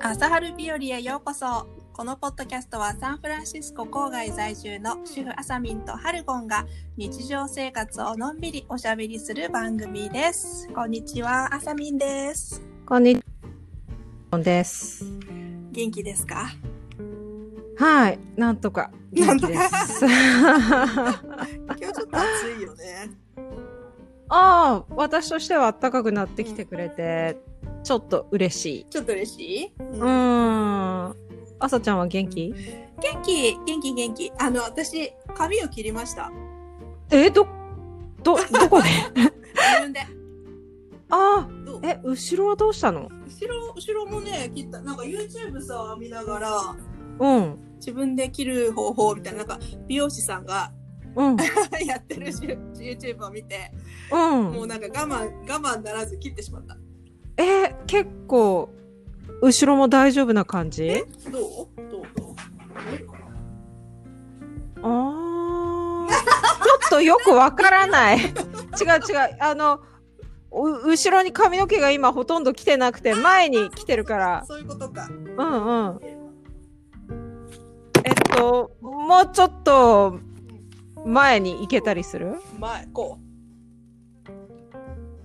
朝春日和へようこそこのポッドキャストはサンフランシスコ郊外在住の主婦あさみんとハルゴンが日常生活をのんびりおしゃべりする番組ですこんにちはあさみんですこんにちは。です。元気ですかはい、なんとか。なんとか元気です。 今日ちょっと暑いよねああ、私としては暖かくなってきてくれて、ちょっと嬉しい。 ちょっと嬉しい、ううーん、ん。朝ちゃんは元気元気元気元気あの私髪を切りましたえ、ど、ど、どこで自分で ああ、 どうえ、後ろはどうしたの後ろ後ろもね切ったなんか YouTube さ見ながらうん。自分で切る方法みたいななんか美容師さんがうん。 やってるし YouTube を見て、う。もうんなんか我慢我慢ならず切ってしまったえ結構、後ろも大丈夫な感じどうどうどう見えるかなあーちょっとよくわからない。違う違う。あの、う後ろに髪の毛が今ほとんど来てなくて、前に来てるから。そういうことかうんうん。えっと、もうちょっと前に行けたりする前こ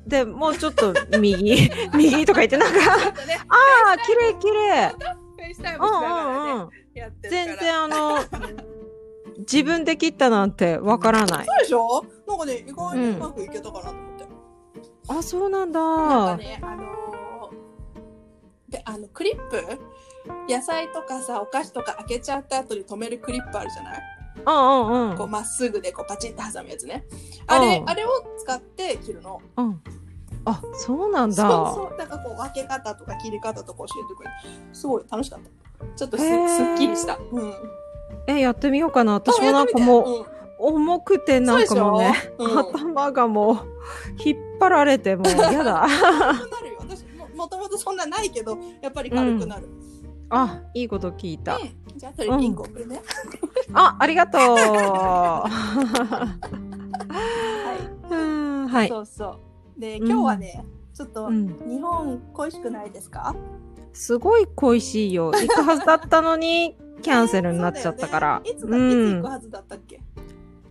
で、もうちょっと右、 右とか言って、なんうちょか、っとねああ、綺麗綺麗。フェイスタイうムしながらね、んうんうん。やってるから全然あの、自分で切ったなんてわからない。そうでしょなんかね意外にうまくいけたかなと思って、あ、そうなんなんか。だねあのーであのクリップ野菜とかさお菓子とか開けちゃった後に止めるクリップあるじゃないうんうんうんこう。まっすぐでこうパチンと挟むやつねあれうんあれを使って切るのうん。あ、そうなんだ。そうそうなんかこう分け方とか切り方とか教えてくれてすごい楽しかったちょっとすへーすっきりした、うん、え、やってみようかな。私もあやなっんてかみてもう、重くてうんなんかもうね、そうでしょ、うん、そう頭がもう、引っ張られて、も う、やだ。なるよ私ももともとそんなないけどやっぱり軽くなる、うんあ、いいこと聞いた。じゃあそれリンク送るね、あ、ありがとう。はうんはい い。そうそうで今日はね、ちょっと、うん、日本恋しくないですかすごい恋しいよ。行くはずだったのに、キャンセルになっちゃった から。そうだよねいつだ、いつ行うくん。はずだったっけ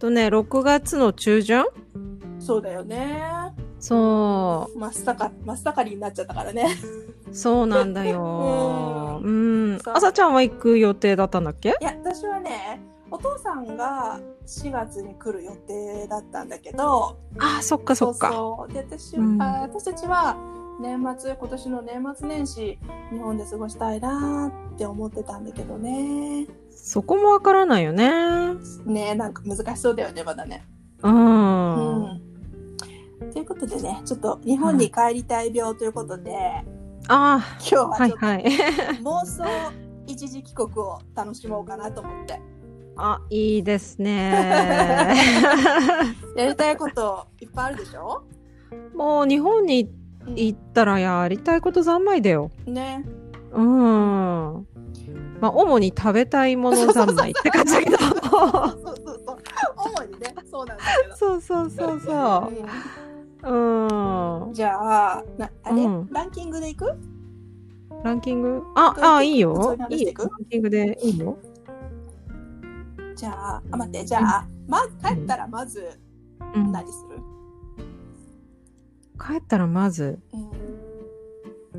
とね、6月の中旬そうだよねそう。真っ盛り真っ盛りになっちゃったからねそうなんだよ。うん。 そうあさちゃんは行く予定だったんだっけいや私はねお父さんが4月に来る予定だったんだけどあ、そっかそっか。そうそうで私,、うんあ私たちは年末今年の年末年始日本で過ごしたいなーって思ってたんだけどねそこもわからないよね。うん。ねなんか難しそうだよねまだねうんということでねちょっと日本に帰りたい病ということで、あ今日あ、ははちいょっとはい。妄想一時帰国を楽しもうかなと思って あ、いいですね。やりたいこといっぱいあるでしょ、 もう日本にうん行ったらやりたいこと三昧だよ。ねうん。まあ、主に食べたいもの三昧って感じだ けど。そうそうそう主にねそうなんだけどそうそうそうそうんう。うん。じゃあなあれ、うんランキングでいくランキングあ、あ、いいそうよいう。話いでいいよ。くランキングでいいよ。じゃああ待ってじゃあ、ま、帰ったらまずうん。何する、帰ったらまず、うん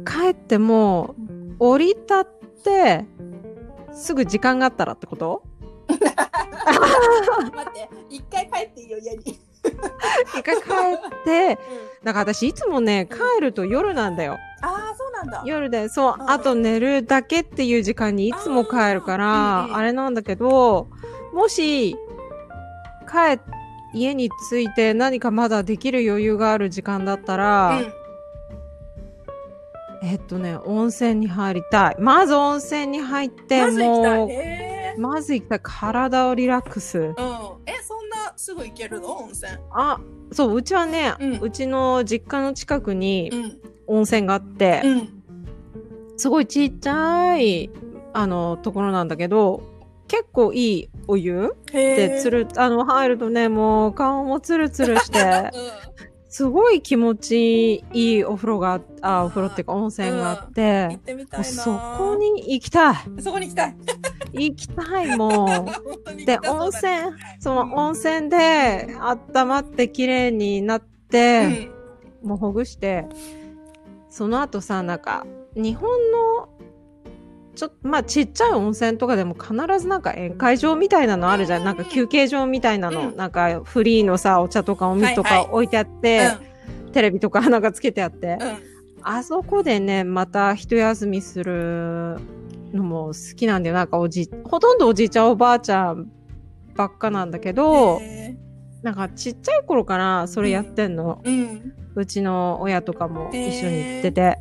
帰ってもう降り立ってすぐ時間があったらっ てこと待って一回帰っていいよ家 に、一回帰ってだから私いつもね帰ると夜なんだよああそうなんだ夜でそううんあと寝るだけっていう時間にいつも帰るかあーうんうんらあれなんだけどもし帰家に着いて何かまだできる余裕がある時間だったら、えっとね温泉に入りたいまず温泉に入ってまず行きたもいへうまず行きたい体をリラックスーうん、えそんなすぐ行けるの温泉あそううちはね、ううんちの実家の近くにうん温泉があって、うんすごいちっちゃいあのところなんだけど結構いいお湯へ でつるあの入るとねもう顔もツルツルしてうすごい気持ちいいお風呂があっ、あ、お風呂っていうか温泉があって、行ってみたいもうな。そこに行きたい。そこに行きたい。行きたい も本当に行きう。で、たそう温泉だ、その温泉で温まって綺麗になって、ね。もうほぐして、その後さ、なんか、日本の、ちょっと、まあ、ちっちゃい温泉とかでも必ずなんか宴会場みたいなのあるじゃん。なんか休憩場みたいなの。うんなんかフリーのさ、お茶とかお水とはいかはい置いてあって、テレビとか なんかつけてあって。うん。うん。あそこでね、また一休みするのも好きなんだよ。なんかおじ、ほとんどおじいちゃんおばあちゃんばっかなんだけど、へなんかちっちゃい頃からそれやってんの。ーうん。うちの親とかもへー一緒に行ってて。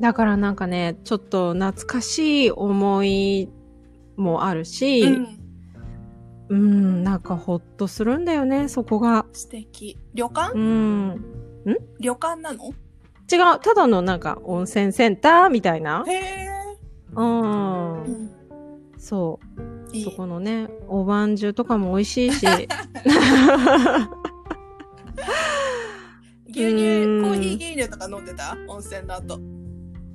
だからなんかね、ちょっと懐かしい思いもあるし、ううん、ん。なんかほっとするんだよね、そこが。素敵。旅館うん。旅館なの違う、ただのなんか温泉センターみたいな。へえ。うんう。ん。そう。いい。そこのね、おばんじゅうとかも美味し いし。牛乳、うんコーヒー牛乳とか飲んでた温泉の後。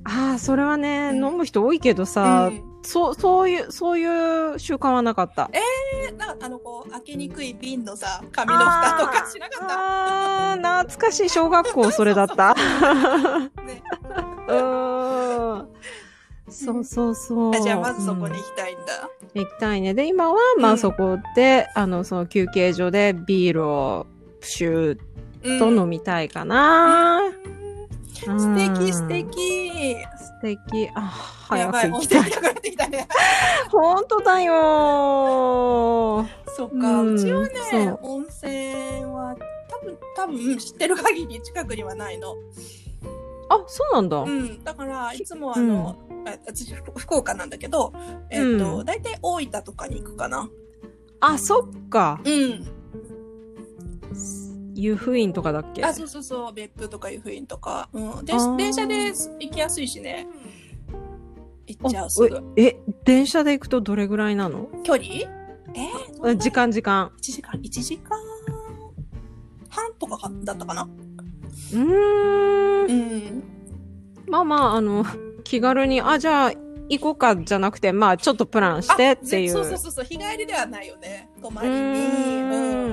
ああ、それはね、うん飲む人多いけどさ、うんそう、そういう、そういう習慣はなかった。えなんかあの、こう、開けにくい瓶のさ、紙の蓋とかしなかっあー懐かしい小学校それだった。た。ね。うーん。そうそうそう。あじゃあ、まずそこに行うんきたいんだ。行きたいね。で、今は、まうんあそこで、あの、その休憩所でビールをプシューっうんと飲みたいかな。うんう素ん敵、素。敵。素敵。あー、や早くばい、行温きた泉行いき。たくなってきた ね。本当だよー。そっか、ううんちはねそう、温泉は、多分、多分、知ってる限り近くにはないの。あ、そうなんだ。う。うんん、だからいつもあの、あ私福福岡なんだけど、えっ、と、うん大体大分とかに行くかな。あ、そっか。うん。湯布院とかだっけあ、そうそうそう、別府とか湯布院とか、うん、であー電車です行きやすいしね。行っちゃあうすぐ。え、え電車で行くとどれぐらいなの距離？えー、どんな時間時間。一時間一時間半とかだったかな。うーん。うん。まあまあ、あの、気軽に、あ、じゃあ、行こうか、じゃなくて、まあ、ちょっとプランしてっていあう。そうそうそうそう日帰りではないよね。泊まうりに、うー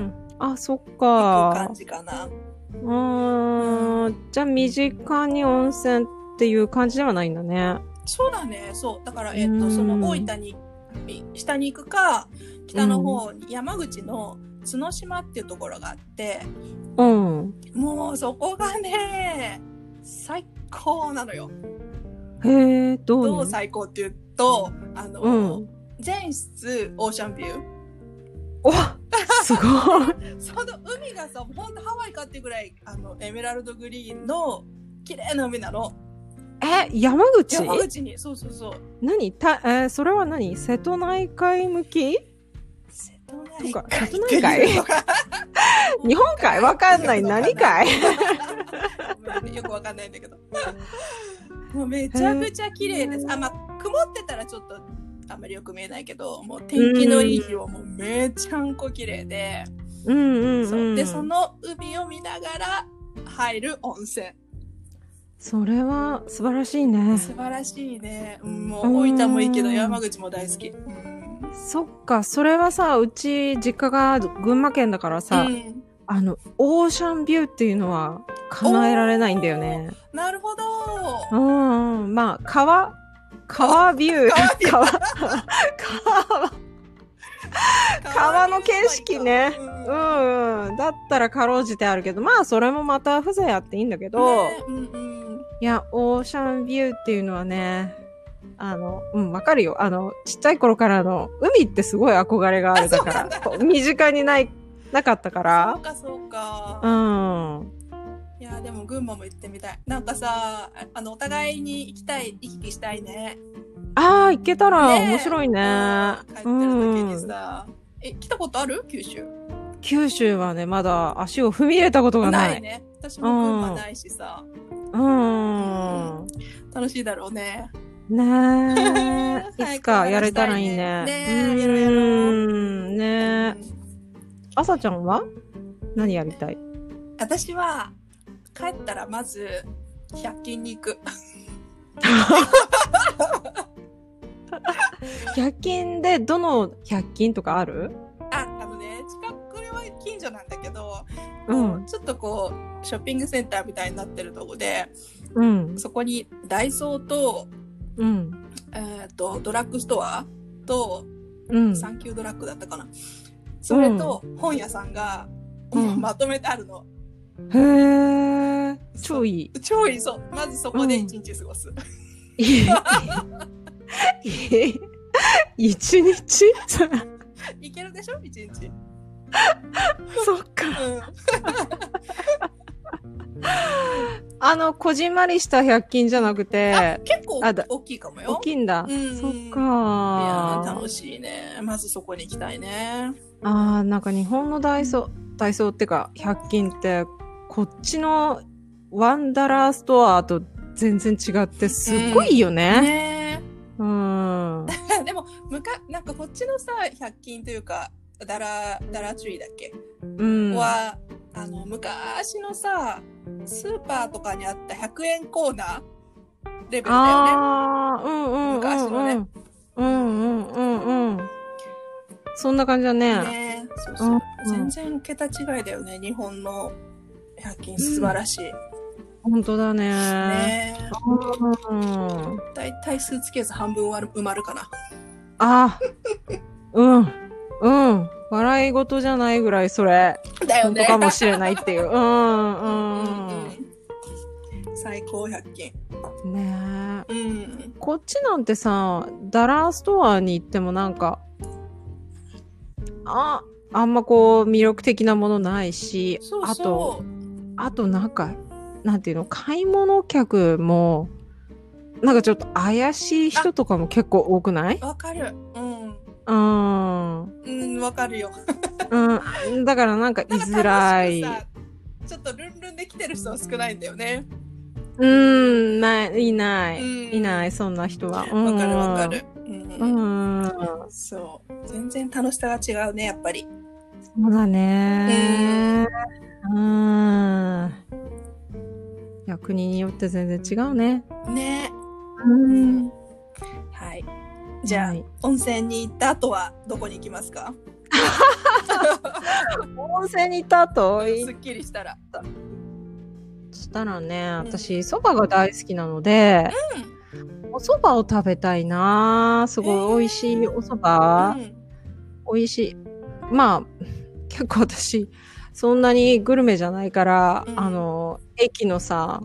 ん、ん。あ、そっ行く感か。じかな。うーん。じゃあ、身近に温泉っていう感じではないんだね。そうだね、そう。だから、えっ、うと、んその大分に、い下に行くか、北の方に、山口の角島っていうところがあって、うん。もうそこがね、最高なのよ。へえ、どうどねう最高っていうと、あの、うん。全室オーシャンビュー。おすご い。その海がさ、ほんとハワイかってぐらい、あの、エメラルドグリーンの、綺麗な海なの。え、山口山口に、そうそうそう。何た、えーそれは何瀬戸内海向き瀬戸と内か海、瀬戸内海日本海わかんない。何 海よくわかんないんだけど。もうめちゃくちゃ綺麗です。あ、まあ、曇ってたらちょっとあんまりよく見えないけど、もう天気のいい日はもうめちゃんこ綺麗で、うんうん、。そううんで、その海を見ながら入る温泉。それは素晴らしいね。素晴らしいね。うんもう大分もいいけど山口も大好き。うんそっか、それはさ、うち実家が群馬県だからさ、うんあの、オーシャンビューっていうのは叶えられないんだよね。なるほど。うんうん、まあ、川、川ビュー。川、 川、川の景色ねうんうんうん、だったらかろうじてあるけど、まあそれもまた風情あっていいんだけど、ねうんうん。いや、オーシャンビューっていうのはね、あの、うん、わかるよ。あの、ちっちゃい頃からの、海ってすごい憧れがあるだから、こう身近にない、なかったかそらう、かそうか。うん。いやでも群馬も行ってみたい。なんかさああのお互いに行きたい行き来したいね。ああ、行けたらねえ面白いね。帰ってるう時にん。さ、え来たことある九州？九州はね、まだ足を踏み入れたことがない。ね。私も群馬ないしさ、うん。楽しいだろうね。ねえ。最 いつ高かやれたらいいね。ねうえんやろうやろうねえ。朝ちゃんは何やりたい私は帰ったらまず100均に行く100均でどの100均とかあるああのね近くこれは近所なんだけど、うんちょっとこうショッピングセンターみたいになってるとこでうんそこにダイソーと,、うんえー、とドラッグストアとうんサンキュードラッグだったかな、それと本屋さんが、うんまとめてあるのへえ超いい超いいそうまずそこで一日過ごす、 一日いけるでしょ一日そっかうんあのこじんまりした100均じゃなくあて結構あだ大きいかもよ大きいんだ、うんそっいやーか楽しいねまずそこに行きたいねあーなんか日本のダイソーダイソーってか100均ってこっちのワンダラーストアと全然違ってすっごいいいよね。ねうん。え でもむかなんかこっちのさ100均というかダラダラチュイだっけ、うん。はあの昔のさスーパーとかにあった100円コーナーレベルだよねああ、うんうんうんうん。昔のねうんうんうんうん。そんな感じだね。ねえそうそううん全然桁違いだよね日本の100均素晴らしい、本当だね。ねえうん。だいたいスーツケース半分は埋まるかなあ、うん。うん。笑い事じゃないぐらいそれ、だよ本当ねかもしれないって いう。うんううんうんん最高100均うん。ねえ。うんこっちなんてさ、ダラーストアに行ってもなんか、あ、あんまこう魅力的なものないし、そうあと、そうあとなんか、なんていうの、買い物客も、なんかちょっと怪しい人とかも結構多くないわかる。うん。うん。ううん、わかるよ。ん。だからなんか居づらい。なんか楽しくさちょっとルンルンで来てる人は少ないんだよね。うん、ない、いない。うんいない、そんな人は。うんわかるわかる。うん。うん。そう。全然楽しさが違うね、やっぱり。そうだね。うん。いや、国によって全然違うね。ね。う。。うんはい。じゃあ、はい温泉に行った後はどこに行きますか温泉に行った後、すっきりしたら。そしたらね、ん私、蕎麦が大好きなので、お蕎麦を食べたいなすごい美味しいお蕎う麦、ん美味しい。まあ、結構私、そんなにグルメじゃないから、うんあの、駅のさ、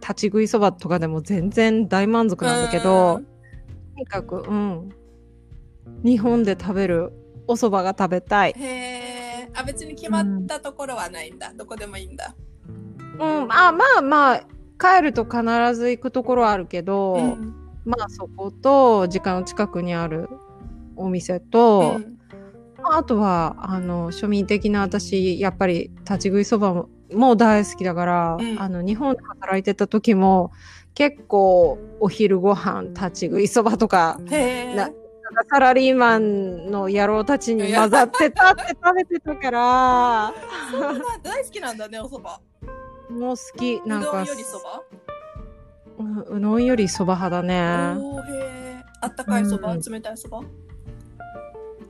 立ち食いそばとかでも全然大満足なんだけど、とにかく、うん。日本で食べるお蕎麦が食べたい。へえ。あ、別に決まったところはないんだ。どこでもいいんだ。うん、あまあまあ、帰ると必ず行くところはあるけど、うんまあそこと、時間の近くにあるお店と、うんまああとは、あの、庶民的な私、やっぱり立ち食いそばももう大好きだから、うんあの、日本で働いてた時も、結構お昼ご飯立ち食いそばとか、へえ。なサラリーマンの野郎たちに混ざってたって食べてたから、そうだ大好きなんだね、お蕎麦。もう好き。なんうどか、んよりそばうんうどんよりそば派だね。おーへーあったかいそば、うん冷たいそば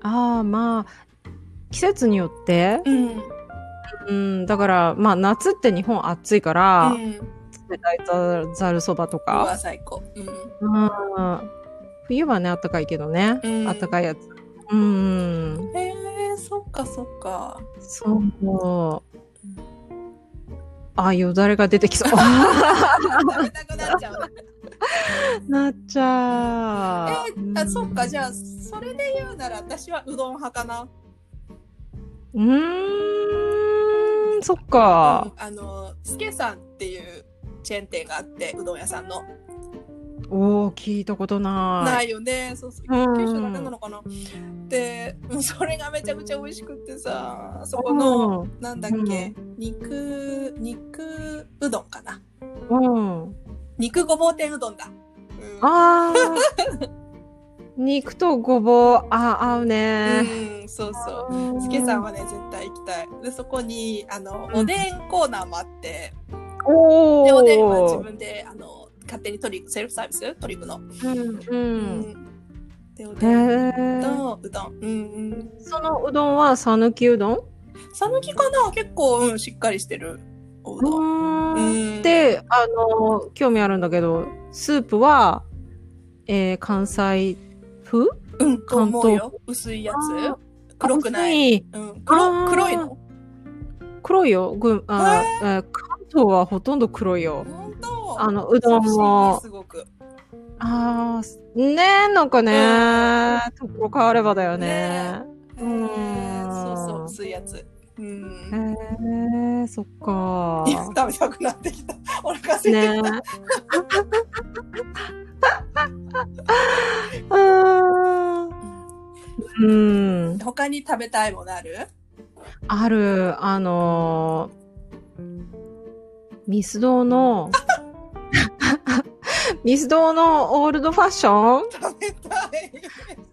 ああ、まあ、季節によって、うん、うん、だから、まあ、夏って日本暑いから、うん、冷たいざざるそばとうか、わ最高うんうん、冬はね、あったかいけどね、うんあったかいやつ。うん、へえそっかそっかそう。あ、よだれが出 てきそう。食べたくなっちゃうねなっちゃう。あそっかじゃあそれで言うなら私はうどん派かなうーん、そっか。うんあのすけさんっていうチェーン店があってうどん屋さんのおー、聞いたことない。ないよねそうそううん九州だけなのかなでうんそれがめちゃくちゃ美味しくってさそこのうんなんだっけ肉肉うどんかなうん。肉ごぼう天うどんだ、うん ああ。肉とごぼう、あ、合うね。うん、そうそう。スケさんはね、絶対行きたい。で、そこに、あの、おでんコーナーもあって、おで、おでんは自お。分で、あの、勝手にトリセルフサービストリブの。う。。うんで、おへでんえ。とうどん。うんうん。そのうどんは讃岐うどんさぬきかな結構、うん、しっかりしてる。おうどん。うん、で、あの、興味あるんだけど、スープは、えー、関西風うん、と思う関よ。薄いやあつ。黒くない。い。うん、あ黒ー黒いの黒いよ。ぐんあーえー関東はほとんど黒いよ。本当あの、うどんもも。すごく。ああ、ねえ、なんかね、ところ変わればだよね。へうんーそうそう、薄いやつ。うんへ。え、そっかい。や 食べたくなってきた。お腹空いてねえ。あーうん。他に食べたいものあるある、あのーミスドの、 ミスドのオールドファッション食べたい。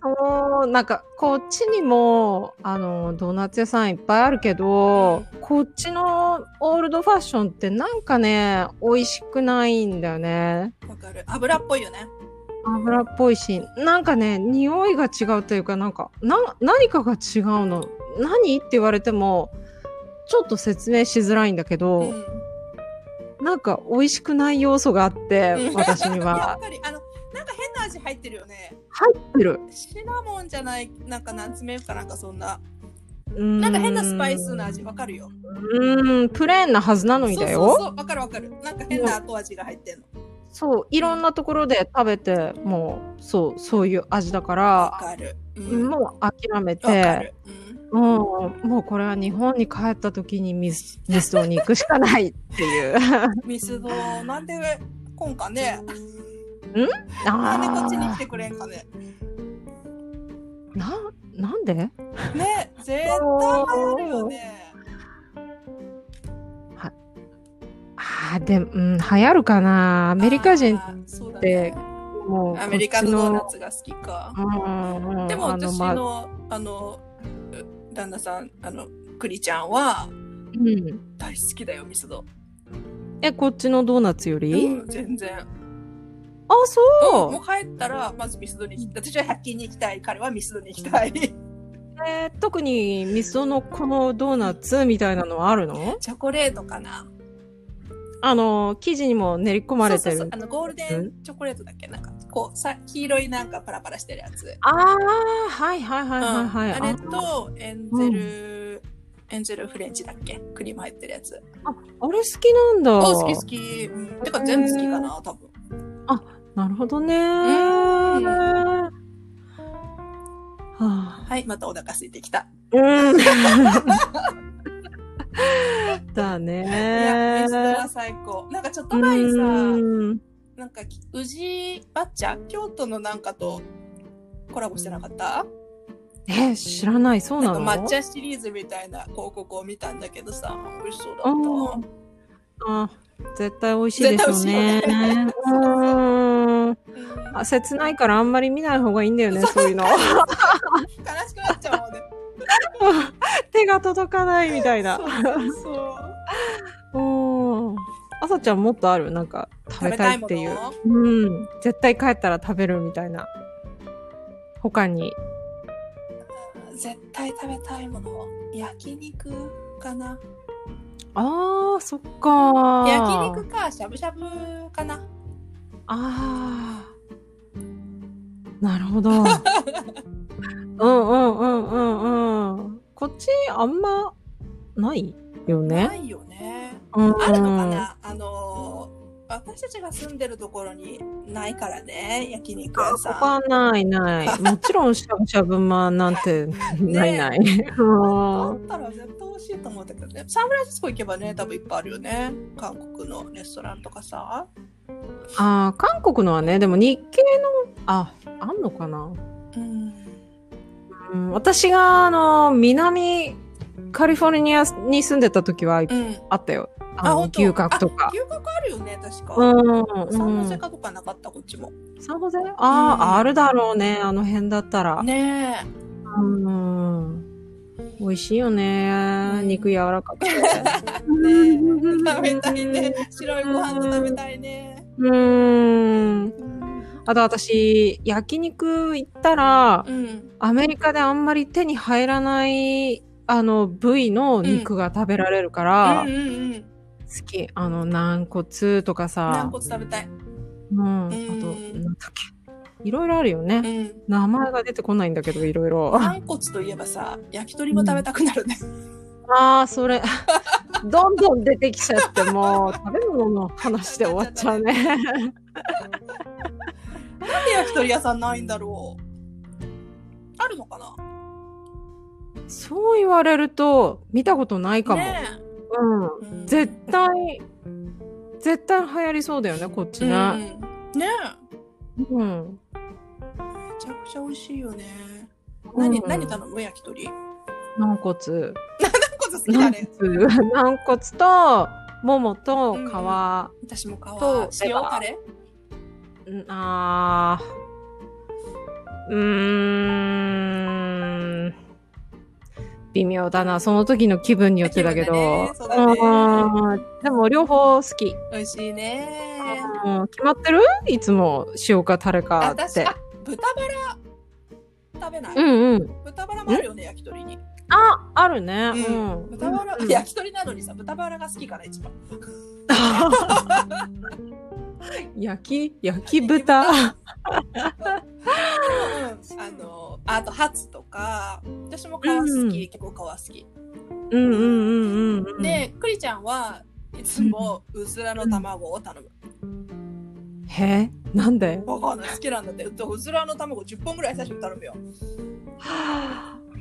そう、なんか、こっちにも、あの、ドーナツ屋さんいっぱいあるけど、こっちのオールドファッションってなんかね、美味しくないんだよね。わかる。油っぽいよね。油っぽいし、なんかね、匂いが違うというか、なんか、な、何かが違うの。何って言われても、ちょっと説明しづらいんだけうど、ん。なんか美味しくない要素があってう、ん私にやは っ。ぱりあのなんか変な味入ってるよね。入ってる。シナモンじゃないなんかなんつめかなんかそんなななんか変なスパイスの。味わかるよ。うん、プレーンなはずなのにだよ。そうそうそうわかるわかる。なんか変な後味が入ってるの。そういろんなところで食べてもうそうそういう味だかわらかる。うんわもう諦めかて、る。うんうん、もうこれは日本に帰った時にミス ミスドに行くしかないっていうミスドなんで今かね。なんでこあっちに来ーてくれんかね。ななんでね絶対あるよね。あーでも、うん、流行るかなアメリカ人あーそうだてねもうアメリカのドーナこっツが好きかち。のうんうんでもあの私のまああの,、う旦那さんあのクリちゃんはうん、大好きだよミスド。えこっちのドーナツより、うん全然。あそう、もう帰ったらまずミスドに行き私は100均に行きたい彼はミスドに行きたい。 チえー特にミスドのこのドーナツみたいなのはあるのョコレートかな。あの、生地にも練り込まれてる。そうそうそうあのゴールデンチョコレートだっけなんかこうさ黄色いなんかパラパラしてるやつ。ああ、はいはいはいはいはい。うんあれとエンゼル、エンゼルフレンチだっけクリーム入ってるやつ。ああれ好きなんだ。あ好き好き。うん、てか全部好きかな多分。なるほどね、んはあ。はいまたお腹空いてきた。うん。いだや、ねミスドは最高。なんかちょっと前にさ、うんなんかき、宇治抹茶京都のなんかとコラボしてなかったえ、知らない、そうななのんか抹茶シリーズみたいな広告を見たんだけどさ、美味しそうだうっあ絶対美味しいでしょう絶。ね対美味しいよねうんた。うんあ切ないからあんまり見ない方がいいんだよね、そういうの。 悲しくなっちゃうもんね。手が届かないみたいな。そうそう。うん。朝ちゃんもっとあるなんか食べたいっていう。のうん。絶対帰ったら食べるみたいな。他に。絶対食べたいもの。焼肉かなああ、そっか焼肉か、しゃぶしゃぶかなああ。なる ほど。うんうんうんうんうん。こっちあんまないよなね。いよね。うんあるのかな、あのー私たちが住んでるところにないからね焼肉屋そさん。こはないない。もちろんしゃぶしゃぶまんなん てないない。あうっんたら絶対美味しいと思うんだけどねサンフランシスコ行けばね多分いっぱいあるよね韓国のレストランとかさあー韓国のはね、でも日系の、あ、あんのかな、うんうん、私が、あの、南カリフォルニアに住んでた時はうんあったよ。あの本当牛角とかあ。牛角あるよね確か、うん、うんサンフランシスコとかなかったこっちもサンホゼああ、うんあるだろうね、あの辺だったら。ねうん。美味しいよねうん肉柔らかくてね食べたいね。白いご飯が食べたいね。うーんうん。あと私焼肉行ったらうん。アメリカであんまり手に入らないあの部位の肉が食べられるから、うんうんうん。好きあの軟骨とか軟さ、骨食べたい。うん、あとうなんんだっけいろいろあるよね、うん。名前が出てこないんだけどいろいろあ軟骨といえばさ、焼き鳥も食べたくなるね。あーそ れどんどん出てきちゃってもう食べ物の話で終わっちゃうねなんで焼き鳥屋さんないんだろう。あるのかな。そう言われると見たことないかも、ねうえんうん絶対絶対流行りそうだよねこっちねうんねうん、えめちゃくちゃ美味しいよね。何、うん何頼む焼き鳥。軟軟骨骨好きだ軟ね。骨軟骨とももとうん皮、私も皮とレ塩バーカレうんあーうーん微妙だなその時の気分によってだけど気分だねそうだうんでも両方好き、ー。美味しいね。うん決まってるいつも塩かタレかあ、っ確てか。豚バラ。食べない。うんうん豚バラもあるよね、焼き鳥に。ああるねううんん、豚バラ、うん焼き鳥なのにさ、豚バラが好きから一番。 焼き焼き豚 うん、あの、あとハツとか、私も皮好き、う結構皮好き。うんうんうんうんうんで、クリちゃんはいつもうずらの卵を頼む。へなんでわかんない、好きなんだって。うずらの卵10本ぐらい最初に頼むよ。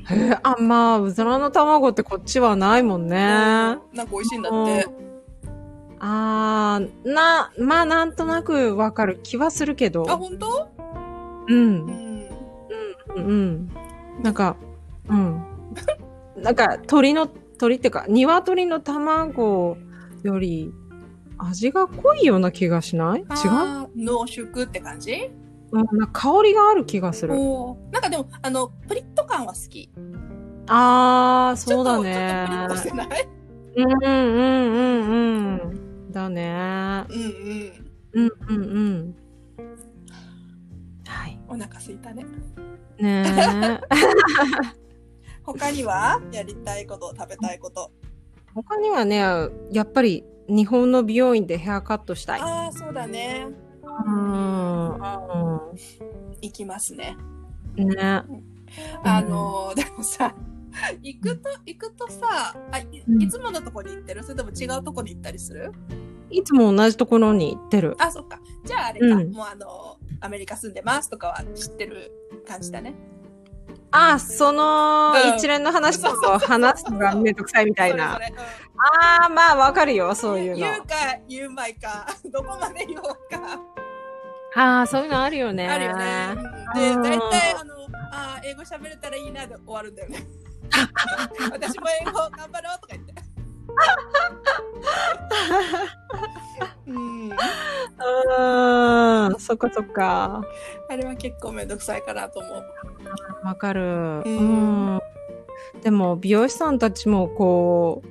へえあまあうずらの卵ってこっちはないもんね、なんか美味しいんだって。あー、な、まあなんとなくわかる気はするけあ、ど。本当う、うんん。うん、うん。なんか、うん。なんか鳥の、鳥ってか、鶏の卵より味が濃いような気がしない違う、う濃縮って感じうん、なんか香りがある気がする。おーなんかでも、あの、プリッと感は好き。あー、ちょそっとうちだょっとプリッとしね。てないうんうんうんうん。だね。うんうん。うんうんうん。はい。お腹すいたね。ねえ。他にはやりたいこと、食べたいこと。 他にはね、やっぱり日本の美容院でヘアカットしたい。ああ、そうだね。うん。行きますね。うん。ね。あのーでもさ、行くと、行くとさ、あいうんいつものとこに行ってるそれとも違うとこに行ったりするいつも同じところに行ってる。あ、そっか。じゃああれか、うんもうあのーアメリカ住んでますとかは知ってる感じだね。あ、そのうん一連の話と話すのがめんどくさいみたいなそ。れそれああ、まあわかるよ、そううんいうの。言うか、言うまいか、 どこまで言おうか。ああ、そういうのあるよね。あるよね。で、うん大体、あの、あー英語喋れたらいいなで終わるんだよ ね。私も英語頑張ろうとか言って。うん、うん、そっかそっか。あれは結構めんどくさいかなと思う。わかる。うんうん。でも、美容師さんたちもこう、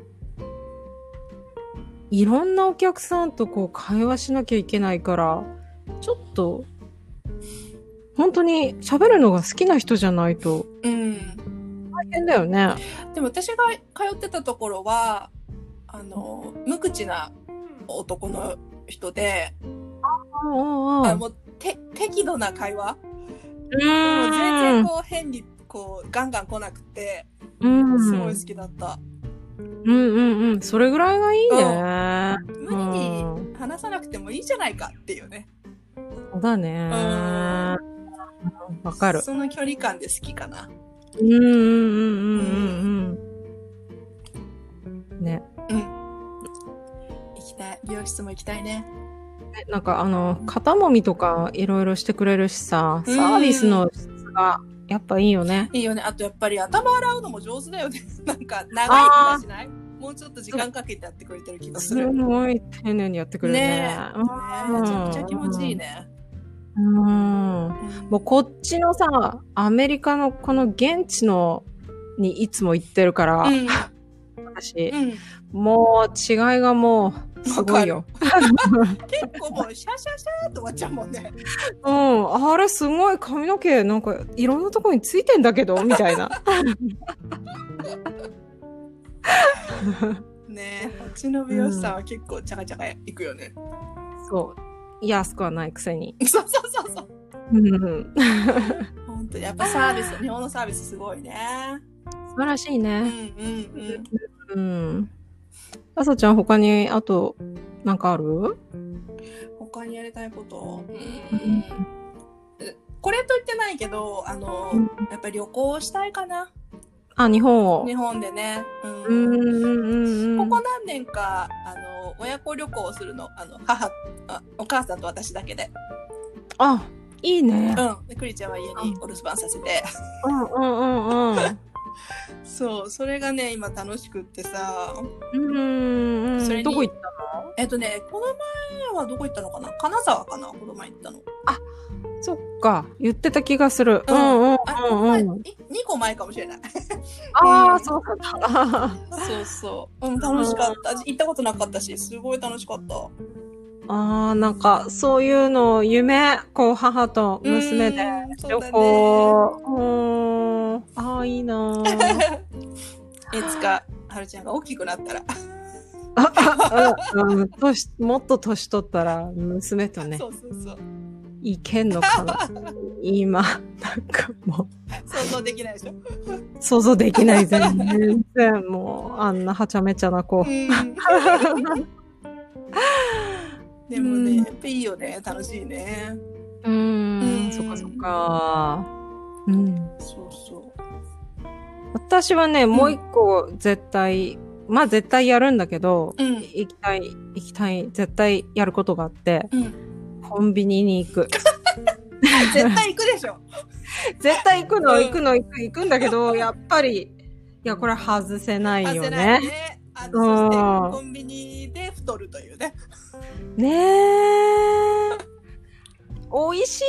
いろんなお客さんとこう会話しなきゃいけないから、ちょっと、本当に喋るのが好きな人じゃないとうん、大変だよね。でも私が通ってたところはあの無口な男の人で、うんうんあもうて適度な会話、もう全然こう変にこうガンガン来なくてうんすごい好きだった。うんうんうん。それぐらいがいいね。無理にう話さなくてもいいじゃないかっていうね。そうだね。わかる。その距離感で好きかな。うんうんうんうんうんうん。ね。行きたい。美容室も行きたいね。なんかあの、肩もみとかいろいろしてくれるしさ、うんサービスの質がやっぱいいよね。いいよね。あとやっぱり頭洗うのも上手だよね。 なんか長い気がしないもうちょっと時間かけてやってくれてる気がすする。ねごい丁寧にやってくれるね。えめちゃくちゃ気持ちいいね。うん。うんもうこっちのさ、アメリカのこの現地のにいつも行ってるから、うん私、うん、もう違いがもうすごいよ。結構もうシャシャシャーっと終わっちゃうもん ね。 うん、あれすごい髪の毛なんかいろんなとこについてんだけどみたいな。ねえ、うちの美容師さんは結構チャカチャカ行くよね。そう。安くはないくせに。そうそうそうそう。うん、本当にやっぱサービス、日本のサービスすごいね。素晴らしいうんうね。んうん。あさちゃん他にあとなんかあるうん。他にやりたいこと。うん。これと言ってないけど、あの、やっぱり旅行したいかな。あ、日本を。日本でね。ううんん。うんうんここ何年か、あの、親子旅行をするの。あの、母、あお母さんと私だけで。あ、いいね。うん。で、クリちゃんは家にお留守番させて。うんうんうんうん。そう、それがね、今楽しくってさ。うんそれにどこ行ったえっとね、この前はどこ行ったのかな金沢かなこの前行ったの。のそっか。言ってた気がする。ううんんうんあ、うん前、ういん。 2個前かもしれ ない。あうんあ、そうだ った。そうそう。うん、楽しかった。行ったことなかったし、すごい楽しかった。ああ、なんか、そういうのを夢、こう、母と娘でうん旅行。うーん。ああ、いいな そうだーねいつか、はるちゃんが大きくなったら。あああ うん年もっと年取ったら、娘とね そ、うそうそう。いけんのかな。今、なんかも想像できないでしょ。う、想像できない。全然、もう、あんなはちゃめちゃなう。子ん。 でもね、やっぱいいよね。楽しいね。うーん、そっかそっか。うん。そうそう。私はね、もう一個絶対、まあ絶対やるんだけど、うん行きたい、行きたい、絶対やることがあって、うん。コンビニに行く。絶対行くでしょ。絶対行くの、うん行くの、行く、行くんだけど、やっぱり、いや、これ外せないよ焦らないね。ね。あうんの、そして、コンビニで太るというね。ねえ。美味し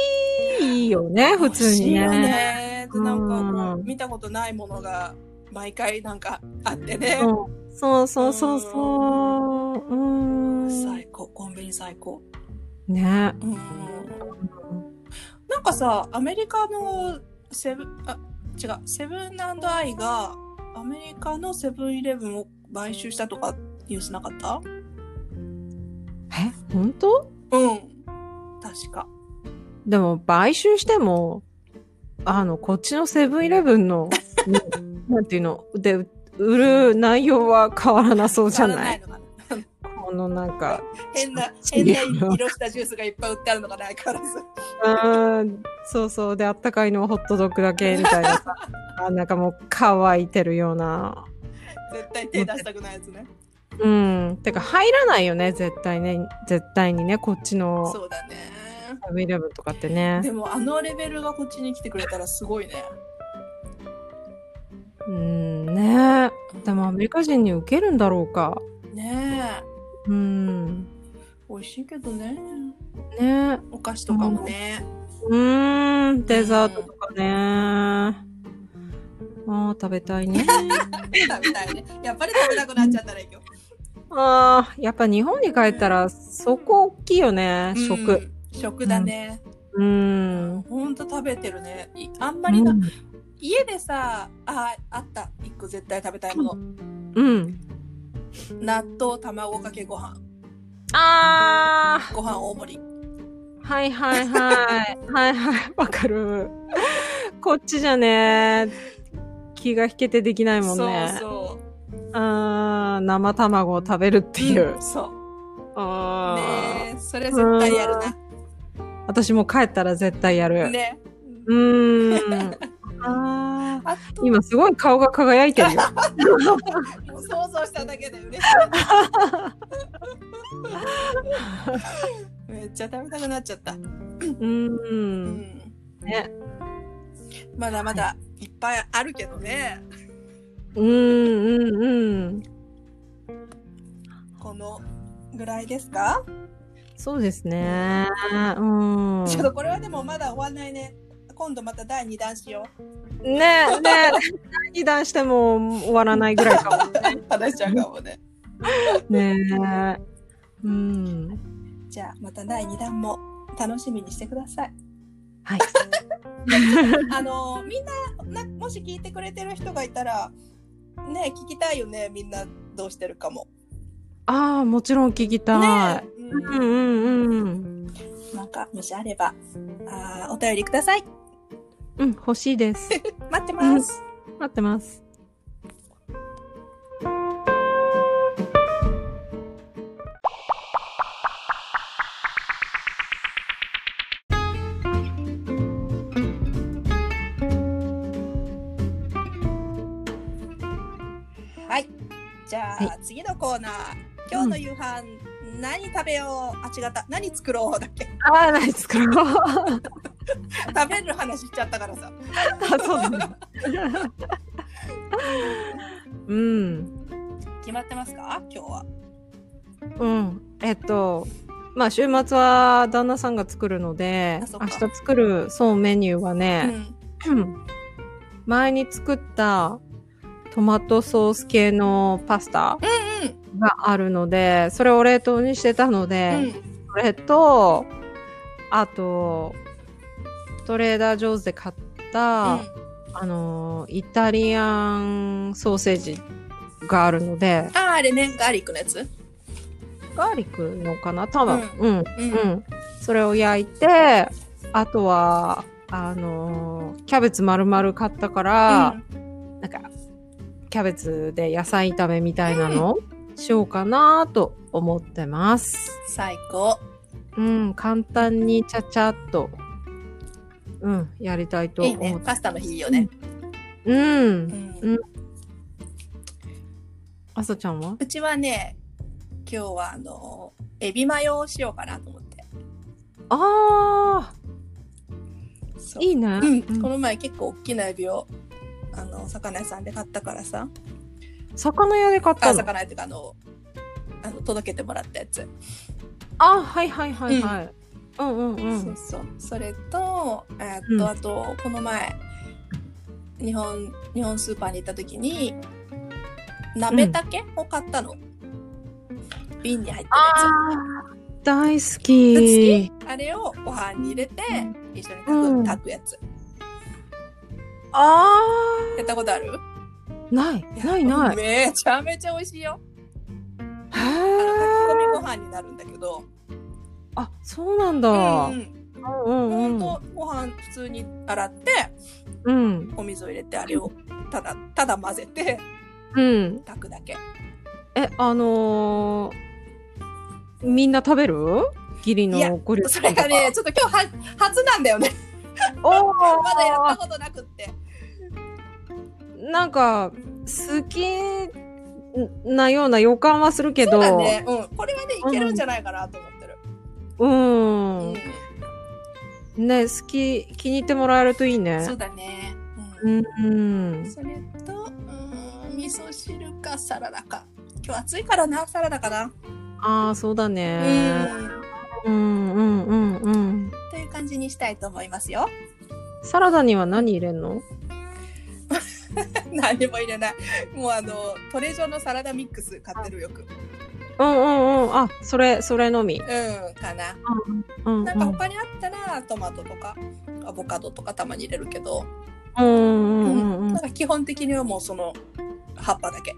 いよね、普通に美味しいよね。ねでなんかこううん見たことないものが毎回なんかあってね、うんそうそうそうそう。うん。最高コンビニ最高、ね。うん、なんかさアメリカのセブンあ違うセブンアイがアメリカのセブンイレブンを買収したとかニュースなかったえ、本当うん確かでも、買収しても、あの、こっちのセブンイレブンの、 なんていうの、で、う売る内容は変わらなそうじゃない変わらないのかなこのなんか、変な違変うな色したジュースがいっぱい売ってあるのがないからずうーん、そうそう、で、あったかいのはホットドッグだけみたいな さ、あなんかもう乾いてるような。絶対手出したくないやつねうん。てか、入らないよね、絶対ね。絶対にね、こっちのそうだねセブンイレブンとかってね。でもあのレベルがこっちに来てくれたらすごいね。うん、ねでもアメリカ人に受けるんだろうか。ねえ。うん。美味しいけどね。ねお菓子とかもね。うーん、デザートとかね。ああ、食べた いね。食べたいね。やっぱり食べたくなっちゃったらいいよ。ああ、やっぱ日本に帰ったら、そこ大きいよね、う食。ん。食だね。うーん。ほんと食べてるね。いあんまうりな、ん。家でさ、あ、あった。一個絶対食べたいもの。うん、納豆、卵かけご飯。ああ、ご飯大盛り。はいはいはい。はいはい、わかる。こっちじゃね、気が引けてできないもんね。そうあー生卵を食べるっていそうう。。そう。あーねえそれ絶対やる私も帰ったら絶対やる。な。ねうーん。ああ。あと、今すごい顔が輝いてるよ。もう想像しただけで嬉しい。めっちゃ食べたくなっちゃった。う。うんん。ね。まだまだいっぱいあるけどね。うんうんうん。このぐらいですか、そうですね。うん。ちょっとこれはでもまだ終わんないね。今度また第2弾しよう。ねえ、ねえ、 何段しても終わらないぐらいかも。話しちゃうかもね。ねえ。うん。じゃあ、また第2弾も楽しみにしてください。はい。あのーみんなな、もし聞いてくれてる人がいたら、ね、聞きたいよね、みんなどうしてるかも。ああ、もちろん聞きたねい。、うんうんうんうん。なんか、もしあれば、あーお便りください。うん、欲しいです。待ってます。 待ってます。はい。じゃあ、は次のコーナー。今日の夕飯、何食べようあ、違った。何作ろうだっけああ、ない作ろう。あ、食べる話しちゃったからさ。そう だね。うん、決まってますか今日は。うん、えっと。まあ、週末は旦那さんが作るのであそっ、か明日作るそうメニューはうね、ん。うん前に作ったトマトソース系のパスタがあるので、それをお冷凍にしてたのうで、ん。うん。それと、あと、トレーダー・ジョーズで買った、あのーイタリアンソーセージがあるので、あー、あれね、ガーリックのやつ。ガーリックのかな多分。うん。ううん。。それを焼いて、あとは、あのーキャベツ丸々買ったから、なんか、キャベツで野菜炒めみたいなの、しようかなと思ってます。最高。うん。簡単にちゃちゃっと、うん。やりたいとい思いねっ。て。パスタの日いいよね。うんう。ん。うんあさちゃんはうちはね、今日はあの、エビマヨをしようかなと思って。あそあ、ういいね。うん、うんこの前結構大きなエビを、あの、魚屋さんで買ったからさ。魚屋で買っあ、たの。魚屋っていうかあの、あの、届けてもらったやつ。あ、はいはいはいはい。うんうんう。そうんそう。それと、えーっと、うんあと、この前、日本、日本スーパーに行った時に、なめたけを買ったの。瓶に入ってるや大好き。つ。あれをご飯に入れて、一緒に炊く,、うん炊くやつ。あやったことあるあ、ない、ないない。へめちゃめちゃ美味しいよ。あの炊き込みごえ。飯になるんだけど。あ、そうなんうだ。うんんううん。んうんほんと、ご飯普通に洗って、うん。お水を入れて、あれをただ、ただ混ぜてうん。炊くだけ。え、あのー、みんな食べる義理いやのご両そ親れとがか ね、ちょっと今日は初なんだよね。おおまだやったことなくって。なんか、好きなような予感はするけそうど、だね。うん。これがね、いけるんじゃないかなと思ってる。うん。うね、好き、気に入ってもらえるといいん。ねそ。うだね。う、うんうんん。。それと、うーん、味噌汁かサラダか。今日暑いからな、サラダかな。ああ、そうだね。うん。うん、うん、うん、うん。という感じにしたいと思いますよ。 サラダには何入れんの何も入れない。もうあの、トレジョのサラダミックス買ってるよく。うん、うん、うん。あ、それ、それのみ。うん、かな。うん、うん。なんか他にあったら、トマトとか、アボカドとかたまに入れるけど。うん、うん、うんうなんん。か基本的にはもうその葉っぱだけ。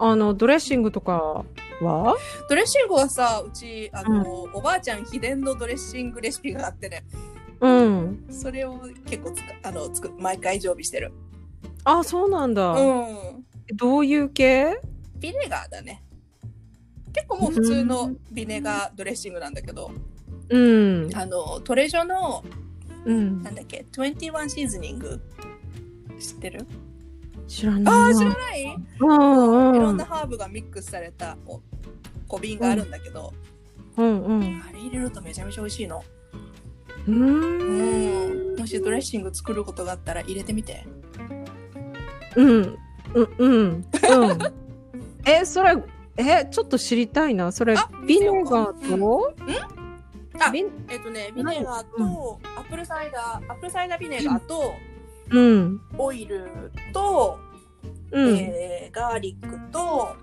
あの、ドレッシングとかはドレッシングはさ、うち、あの、おばあちゃん秘伝のドレッシングレシピがあってね、うん。それを結構つかあの、つく、毎回常備してる。あ、そうなんだ。うん。どういう系ビネガーだね。結構もう普通のビネガードレッシングなんだけど、うん。あの、トレジョの、うんな。んだっけ、21シーズニング。知ってる知らあなあ、い知らな。ない、いうん、うろんんな。ハーブがミックスされたお小瓶があるんだけど、うん、うん。あれ入れるとめちゃめちゃ美味しいの。うーん。うん、もしドレッシング作ることがあったら入れてみて。うん、うん、うん、うん。え、それ、え、ちょっと知りたいな。それあ、ビネガーと、あビえっとね、ビネガーと、アップルサイダー、アップルサイダービネガーと、うん。オイルと、うん。えーガーリックと、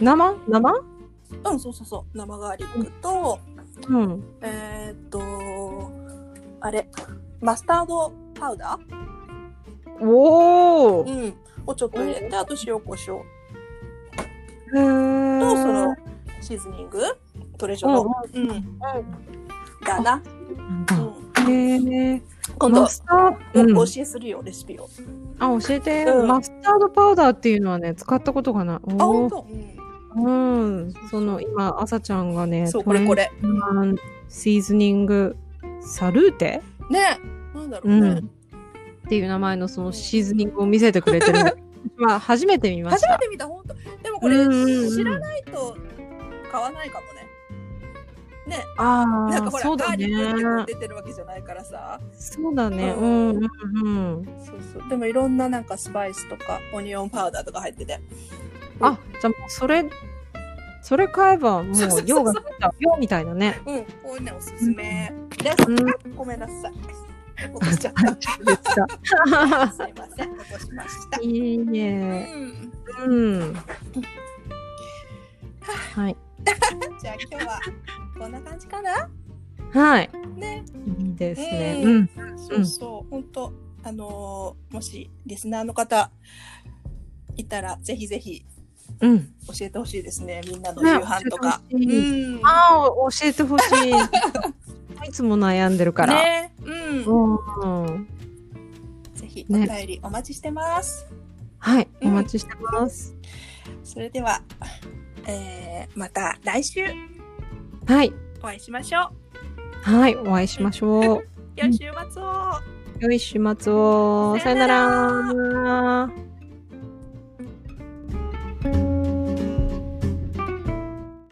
生生うん、そうそうそう、生ガーリックと、うん。えーっと、あれ、マスタードパウダーおうー。ん。をちょっと入れて、あと塩コショウへーと、その、シーズニングトレジョの。うん。だな。なんうかん。へー。今度マ、スター、うん、お教えするよ、レシピを。あ教えて、うんマスタードパウダーっていうのはね使ったことがないあ、おほんーとうん。うんその今朝ちゃんがねそう、これこれ。トレンチマンシーズニングサルーテねなんだろう、うんね。っていう名前のそのシーズニングを見せてくれてる まあ初めて見ま初しめたて見た、ほんと。でもこれ、うんうんうん知らないと買わないかもね。ねあなんかあほら、そうガだーねリックってこう出てるわけじゃないからさ。そうだねううんんうんうんそうそう。でもいろんななんかスパイスとか、オニオンパウダーとか入ってて。あじゃあもうそれそれ買えばもそうそううそう用が出た用みたい だねうん、こういうのおすすめです。うんごめんなさい。落としちゃっ できたた。すいません、落としました。いいねうん、うんはいじゃあ今日はこんな感じかな。はい。ね。いいですね。ううんん。そうそう、本当あのーもしリスナーの方いたらぜひぜひうん。教えてほしいですね。みんなの夕飯とか。ね教えてほしうん。ああ、お教えてほしい。 いつも悩んでるから。ね、うん。うん。ぜひお便ねりお待ちしてます。はい。うんお待ちしてます。それでは、えー、また来週はい。お会いしましょはい。お会いしましょう。う。良い週末を。良い週末を。さよなら。